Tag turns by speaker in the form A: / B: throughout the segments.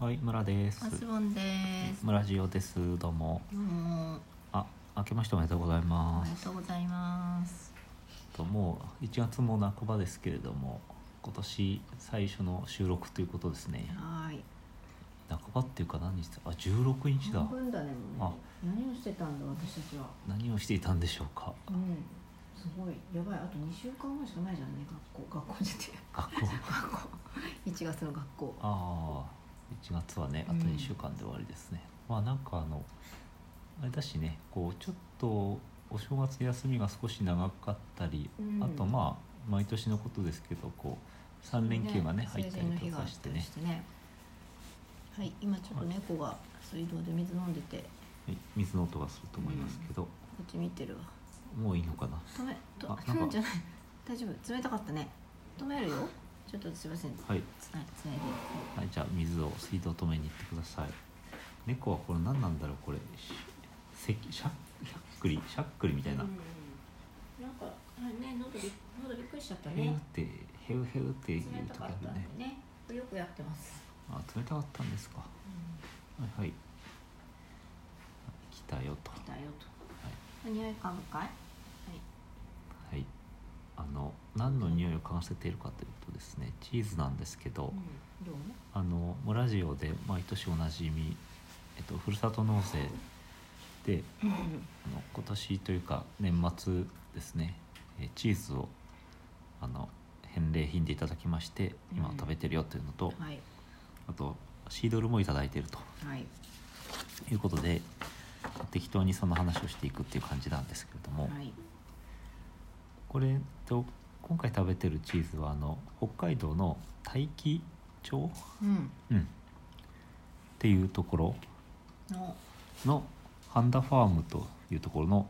A: はい、村です
B: マ。スボンです。
A: 村ジオです。どうも。
B: どうも、
A: あ、明けましておめでとうござい
B: お
A: ま。
B: めですとうございます。
A: ともう1月も半ばですけれども、今年最初の収録ということですね。
B: はい。
A: 半ばっていうか何日だ？あ、16日だ
B: 半。分だねもうね。何をしてたんだ私たちは。
A: 何をしていたんでしょうか。
B: うん。すごいやばいあと二週間ぐらいしかないじゃんね学校学校じゃね
A: 学校。
B: え学校一月の学校。
A: ああ、1月はね、あと
B: うん
A: 2週間で終わりですね。まあなんかあのあれだしね、こうちょっとお正月休みが少し長かったり、
B: うん
A: あとまあ毎年のことですけど、こう3連休がね入ったりとかしてね
B: 成人の日があっ。たりねはい今ちょっと猫が水道で水飲んでて
A: はい水の音がすると思いますけど、
B: こっち見てるわ。
A: もういいのかな。
B: 止めと
A: あなんか
B: 止めん じゃない大丈夫冷たかったね止めるよちょっとすいません。
A: はい、
B: つないつないで。
A: はい、じゃあ水を水道止めに行ってください。猫はこれ何なんだろうこれ、しせきしゃしゃっくりしゃっくりみたいな。
B: うんなんかあね喉び喉びっくりしちゃった
A: へうっ
B: ね。
A: てへうへうって
B: 冷
A: いう
B: た
A: 時
B: か
A: あ
B: ったんだ
A: る
B: よ
A: ね。
B: ね。よくやってます。
A: あ冷たかったんですかは
B: うん
A: いはい来たよとは
B: 来たよと。匂い嗅ぐかい？は
A: い、
B: い。
A: はい、あの何の匂いを嗅がせているかというとですねチーズなんですけど、
B: どう？
A: あのもうラジオで毎年おなじみ、えっと、ふるさと納税であの今年というか年末ですねえーチーズをあの返礼品でいただきまして今
B: うん
A: 食べてるよというのと、
B: はい
A: あとシードルもいただいていると
B: はい。
A: ということで適当にその話をしていくっていう感じなんですけれども、
B: はい。
A: これえっと今回食べてるチーズはあの北海道の大樹町、
B: うん。
A: うん、っていうところ
B: の
A: のハンダファームというところの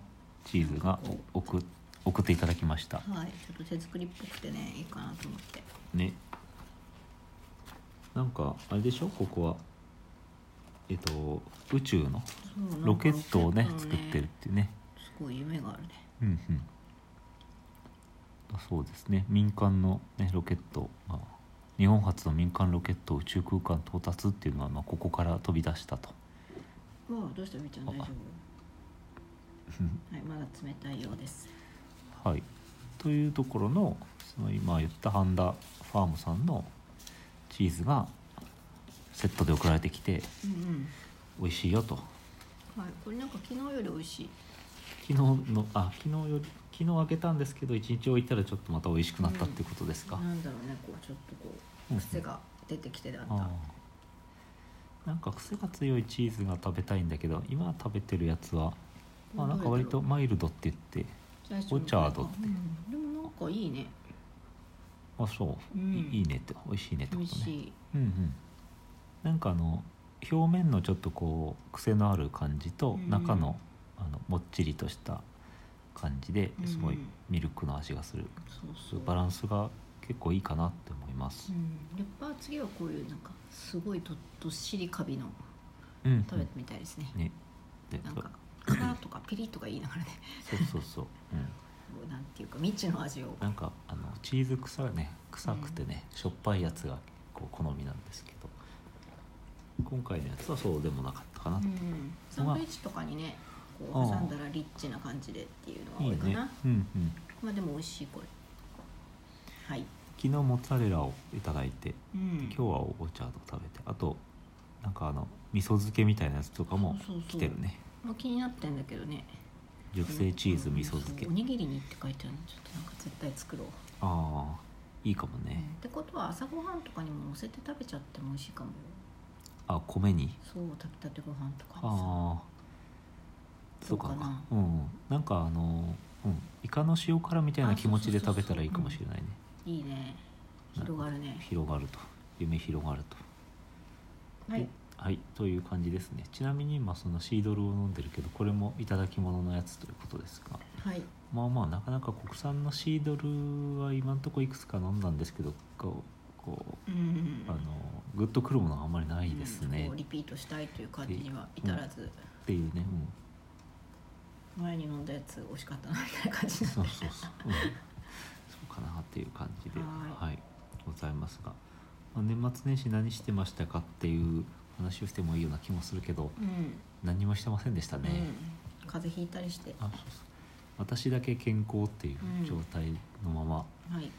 A: チーズがお送送っていただきました。
B: はいちょっと手作りっぽくてねいいかなと思って。
A: ねなんかあれでしょここはえっと宇宙の
B: そうなんか
A: ロケットをね
B: ロケット
A: 作ってるっていうね。
B: すごい夢があるね。
A: うんうん、だそうですね民間の、ね、ロケット、まあ、日本初の民間ロケット宇宙空間到達っていうのは、まあ、ここから飛び出したと
B: わあどうしたみーちゃん大丈夫？
A: うん
B: はいまだ冷たいようです。
A: はいというところのその今言ったハンダファームさんのチーズがセットで送られてきて
B: うんうん。
A: 美味しいよと
B: はい、これなんか昨日より美味しい。
A: 昨日のあ昨日より昨日開けたんですけど1日置いたらちょっとまた美味しくなったっていうことですか、
B: なんだろうね、こうちょっとこ
A: うんう
B: う、
A: ん
B: 癖が出てきてだった。
A: あーなんか癖が強いチーズが食べたいんだけど今食べてるやつは、まあ、なんか割とマイルドって言って
B: 最初の
A: オーチャードって
B: うんでもなんかいいね。
A: あそう、
B: うん
A: いいいねって美味しいねって
B: 美
A: こ
B: 味
A: と
B: し
A: ね
B: い。
A: うんうんなんかあの表面のちょっとこう癖のある感じと、
B: うん
A: 中のあのもっちりとした感じで
B: うん
A: すごいミルクの味がする、
B: そう
A: そう
B: そう。
A: いうバランスが結構いいかなって思います
B: う、ん、やっぱ次はこういうなんかすごいどどっしりカビの
A: うんうん
B: 食べてみたいですね。
A: ねで
B: なんかカラーとかピリッとか言いながらね、
A: そうそうそう、うん
B: こうなんていうか未知の味を。
A: なんかあのチーズ臭いね臭くてね、しょっぱいやつがこう好みなんですけど今回のやつはそうでもなかったかな、
B: うん、サンドイッチとかにね、こう挟んだらリッチな感じでっていうのが多
A: い
B: い
A: い
B: か
A: ね
B: な。
A: うんうん
B: まあでも美味しいこれ。はい。
A: 昨日モッツァレラをいただいて
B: うん
A: 今日はオーチャード食べてあとなんかあの味噌漬けみたいなやつとかも
B: そうそうそ
A: 来
B: う
A: てるね
B: まあ気になってんだけどね。
A: 熟成チーズ味噌漬け
B: おにぎりにって書いてあるのちょっとなんか絶対作ろう、
A: ああいいかもね
B: ってことは朝ごはんとかにも乗せて食べちゃっても美味しいかもよ
A: あ米に
B: そう炊きたてご飯とかにさ
A: ああそ
B: そうう
A: か
B: か
A: な
B: な
A: うんうんなんかあの、うん、イカの塩辛みたいな気持ちで食べたらいいかもしれないね
B: いいね広がるね
A: 広がると夢広がると
B: はい
A: はいという感じですねちなみに今そのシードルを飲んでるけどこれもいただき物のやつということですが
B: はい
A: まあまあなかなか国産のシードルは今んとこいくつか飲んだんですけどこうこう
B: うん
A: あのグッとくるものがあんまりないです
B: うん
A: ね
B: こうリピートしたいという感じには至らず、
A: っていうね、うん、
B: 前に飲んだやつ美味しかったなみたいな感じ
A: そう
B: に
A: そ
B: な
A: う
B: って
A: そう、うん、そうかなっていう感じで
B: は
A: はいいございますが、まあ、年末年始何してましたかっていう話をしてもいいような気もするけど
B: うん、
A: 何もしてませんでしたね、
B: うん、風邪ひいたりして
A: あそうそう私だけ健康っていう状態のまま、
B: はい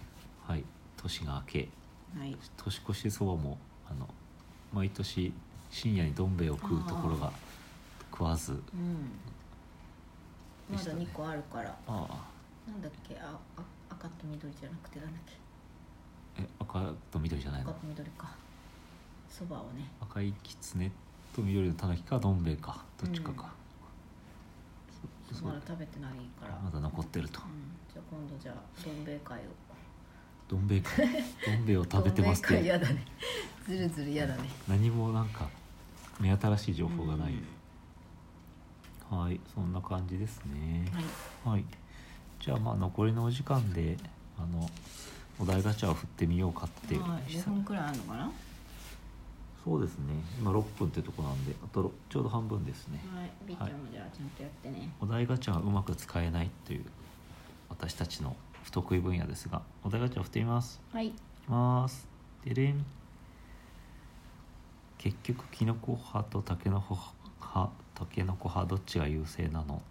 A: はい年が明け
B: はい
A: 年越しそばもあの毎年深夜にどん兵衛を食うところが食わず
B: うん
A: で
B: ま
A: した
B: だ
A: ね
B: 2個あるから
A: ああ
B: なんだっけああ赤と緑じゃなくてなんだっけ
A: え赤と緑じゃない
B: 赤
A: の
B: と緑かそばをね
A: 赤いきつねと緑のたぬきかどん兵衛かどっちかか、そそ
B: まだ食べてないから
A: まだ残ってると
B: うん、じゃあ今度じゃあどん兵衛会を
A: どん兵衛 かどん兵衛を食べてますっ
B: どん兵衛会
A: て
B: やだねずるずるやだね
A: 何もなんか目新しい情報がない、
B: うん
A: はいそんな感じですね
B: はい
A: はいじゃあまあ残りのお時間であのお題ガチャを振ってみようかって、
B: まあ5
A: 久
B: 分くらいあるのかなは
A: そうですね今6分ってとこなんであとろちょうど半分ですね、
B: い B ちゃんもじゃあちゃんとやってね
A: お題ガチャはうまく使えないという私たちの不得意分野ですがお題ガチャを振ってみます
B: はい
A: いきますでれん結局キノコ派とタケノコ派タケノコ派どっちが優勢なの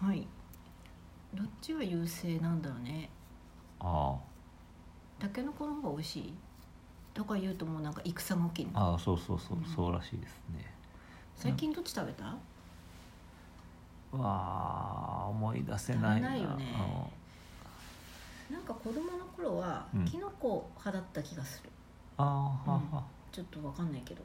A: と
B: はいどっちが優勢なんだろうね
A: あ
B: タケノコの方が美味しいとか言うともうなんか戦が起きる
A: あああそうそうそう、
B: うん
A: そうらしいですね
B: 最近どっち食べた
A: うわあ思い出せない
B: 足らないよね
A: あ
B: なんか子供の頃は
A: うん
B: キノコ派だった気がする
A: あーはは、
B: ちょっとわかんないけど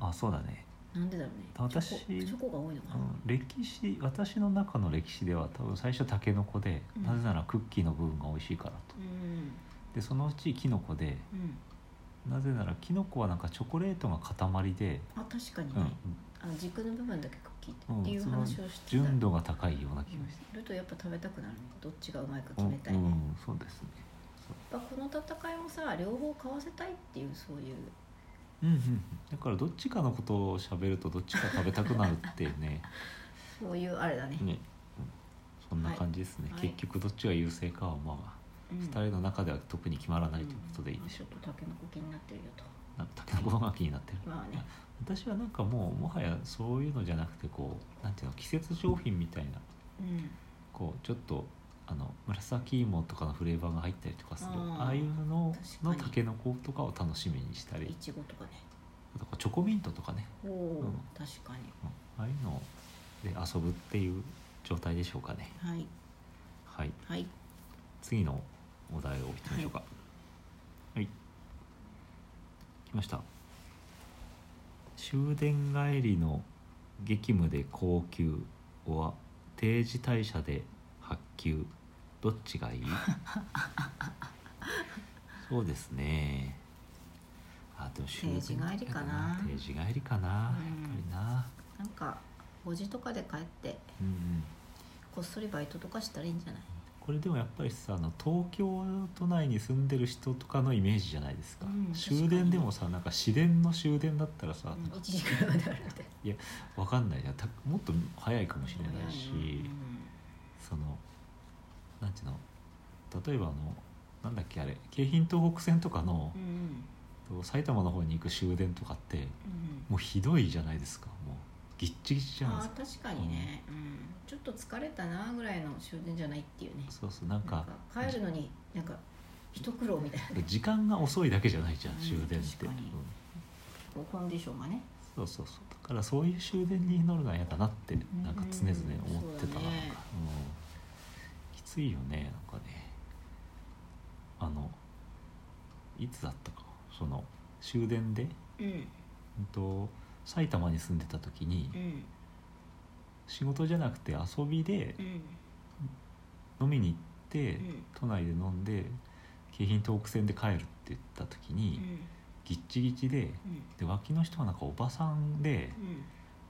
A: あそうだね
B: なんでだろうね
A: 私
B: チョコチョコが多いのか
A: あ
B: な
A: の歴史私の中の歴史では多分最初タケノコで、
B: うん
A: なぜならクッキーの部分が美味しいからと
B: うん
A: でそのうちキノコで
B: うん
A: なぜならキノコはなんかチョコレートが塊で、
B: あ確かに
A: う
B: ね
A: ん、
B: あの軸の部分だけクッキーって,、
A: うん
B: っていう話をしてた
A: 純度が高いような気
B: うん
A: がして、
B: するとやっぱ食べたくなるねどっちがうまいか
A: うん
B: 決めたい、
A: う
B: ねやっ
A: ん、そうですね
B: ぱこの戦いもさ両方買わせたいっていうそういう
A: うんうんうん、だからどっちかのことを喋るとどっちか食べたくなるっていうね
B: そういうあれだね
A: ね、うんそんな感じですね、
B: はい
A: 結局どっちが優勢かはまあ、
B: うん
A: 2人の中では特に決まらないということでいいでしょう、
B: うんちょっとタケノコ気になってるよと
A: なんかタケノコが気になってる、
B: まあね
A: 私はなんかもうもはやそういうのじゃなくてこうなんていうの季節商品みたいな
B: うん
A: こうちょっとあの紫芋とかのフレーバーが入ったりとかする
B: あー
A: ああいうの
B: 確か
A: の
B: に
A: たけのことかを楽しみにした
B: い
A: り
B: ちごとかね
A: あとこうチョコミントとかね、
B: おお、
A: うん
B: 確かに
A: うんああいうので遊ぶっていう状態でしょうかね
B: はい
A: はい
B: はい
A: 次のお題をいきましょうかはい、来ました終電帰りの激務で高級おは定時退社で発給どっち がいいそうですねあでも終電
B: 定時帰りかな
A: 定時帰りかな、
B: うん
A: やっぱりな
B: なんか5時とかで帰って
A: うんうん
B: こっそりバイトとかしたらいいんじゃない
A: これでもやっぱりさあの東京都内に住んでる人とかのイメージじゃないですか、
B: うん
A: 終電でもさなんか市電の終電だったらさ、
B: うん1時くらいまであるみたい
A: わかんないじゃんたもっと早いかもしれないし、
B: う
A: そのなんていうの例えばあのなんだっけあれ京浜東北線とかの
B: ん、うん
A: と埼玉の方に行く終電とかって
B: うん
A: もうひどいじゃないですかもうギッチギチじゃない
B: あ
A: で
B: あ
A: すか
B: 確かにね、うん、ちょっと疲れたなぐらいの終電じゃないっていうね
A: そうそうなん
B: なん
A: か
B: か帰るのになんか一苦労みたいな
A: 時間が遅いだけじゃないじゃん
B: うん
A: 終電って。
B: 確かに
A: うん
B: こうコンディションがね
A: そうそうそうだからそういう終電に乗るのは嫌だなってなんか常々思ってたな,、
B: うんそうだね
A: なんか、うん、きついよねなんかねあのいつだったかその終電で、
B: うん
A: うんと、埼玉に住んでた時に
B: うん
A: 仕事じゃなくて遊びで
B: うん
A: 飲みに行って、
B: うん
A: 都内で飲んで京浜東北線で帰るって言った時
B: う
A: に、
B: ん
A: ギッチギチで
B: うん
A: で脇の人はなんかおばさんで、
B: うん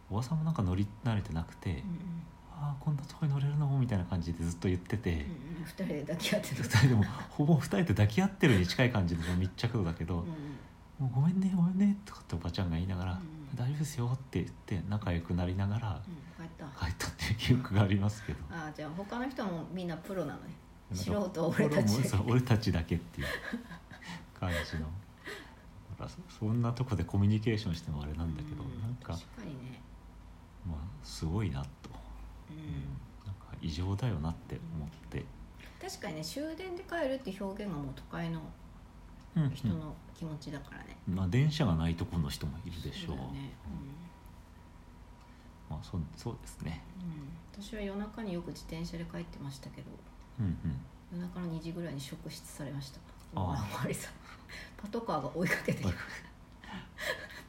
A: おばさんもなんか乗り慣れてなくて。ああこんなとこに乗れるのみたいな感じでずっと言ってて、
B: うん二人で抱き合って
A: 二
B: た、
A: 人でもほぼ二人で抱き合ってるに近い感じの密着度だけど「
B: うん
A: もうごめんねごめんね」とかっておばちゃんが言いながら
B: うん
A: 「大丈夫ですよ」って言って仲良くなりながら
B: 帰った
A: 帰ったっていう記憶がありますけど
B: ああじゃあ他の人もみんなプロなのね
A: なんか
B: 素人俺たち
A: 俺もそう俺たちだけっていう感じのだからそそんなとこでコミュニケーションしてもあれなんだけど、
B: う
A: なんか
B: 確かにね
A: まあすごいなと、
B: う
A: うん
B: ん
A: なんか異常だよなって思って、
B: 確かにね終電で帰るって表現がもう都会の
A: うんうん
B: 人の気持ちだからね、
A: まあ、電車がないとこの人もいるでしょ
B: そううだよね、
A: まあ、そそうですね
B: うんうん、私は夜中によく自転車で帰ってましたけど
A: うんうん
B: 夜中の2時ぐらいに職質されました
A: あ
B: お巡 りさんパトカーが追いかけてきて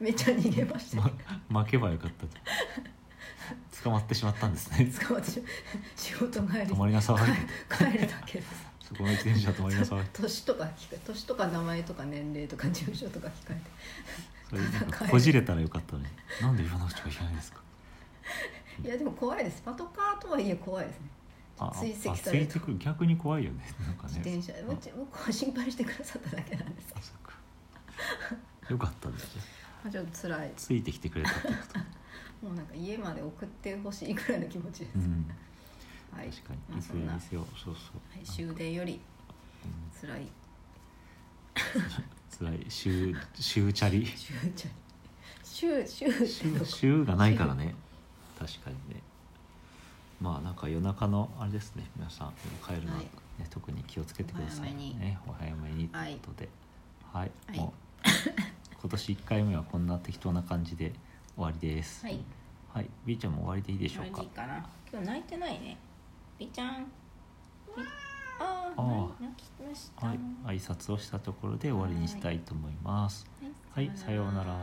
B: めっちゃ逃げましたね、
A: ま負けばよかったと捕まってしまったんですね
B: 捕まってしまう仕事帰り
A: 止まりな さい
B: 帰帰るだ けです
A: そこの自転車止まりなさい
B: 年とか聞く年とか名前とか年齢とか住所とか聞かれて
A: それなんかこじれたらよかったのになんで言わなくちゃいけないんですか
B: いやでも怖いですパトカーとはいえ怖いですね
A: あ
B: 追跡
A: あ
B: される
A: 追跡逆に怖いよねなんか
B: 自
A: ね
B: 転車うち向こうは心配してくださっただけな んです
A: あそっかよかったですね
B: まあちょっと辛い
A: ついてきてくれたって こと
B: もうなんか家まで送ってほしいくらいの気持ちです、
A: うん
B: はい
A: 確かに
B: まあ
A: い
B: そ
A: ず
B: ん
A: れ
B: な、は
A: にせよそうそう
B: い、終電より
A: うん
B: 辛い
A: 辛い週週チャリ
B: 終ち ゃん終終って
A: 週
B: どこ
A: 週がないからね確かにねまあなんか夜中のあれですね皆さん帰るのは、
B: はい
A: ね特に気をつけてくださいねお早めにということではい、
B: はい
A: もう今年1回目はこんな適当な感じで終わりです
B: はい、
A: はい、B ちゃんも終わりでいいでし
B: こ
A: ょ
B: れ
A: う
B: で
A: か
B: いいかな今日泣いてないねりちゃんりあ
A: あ
B: あ
A: ー
B: 泣きました
A: はい、挨拶をしたところで終わりにしたいと思いますはいさようなら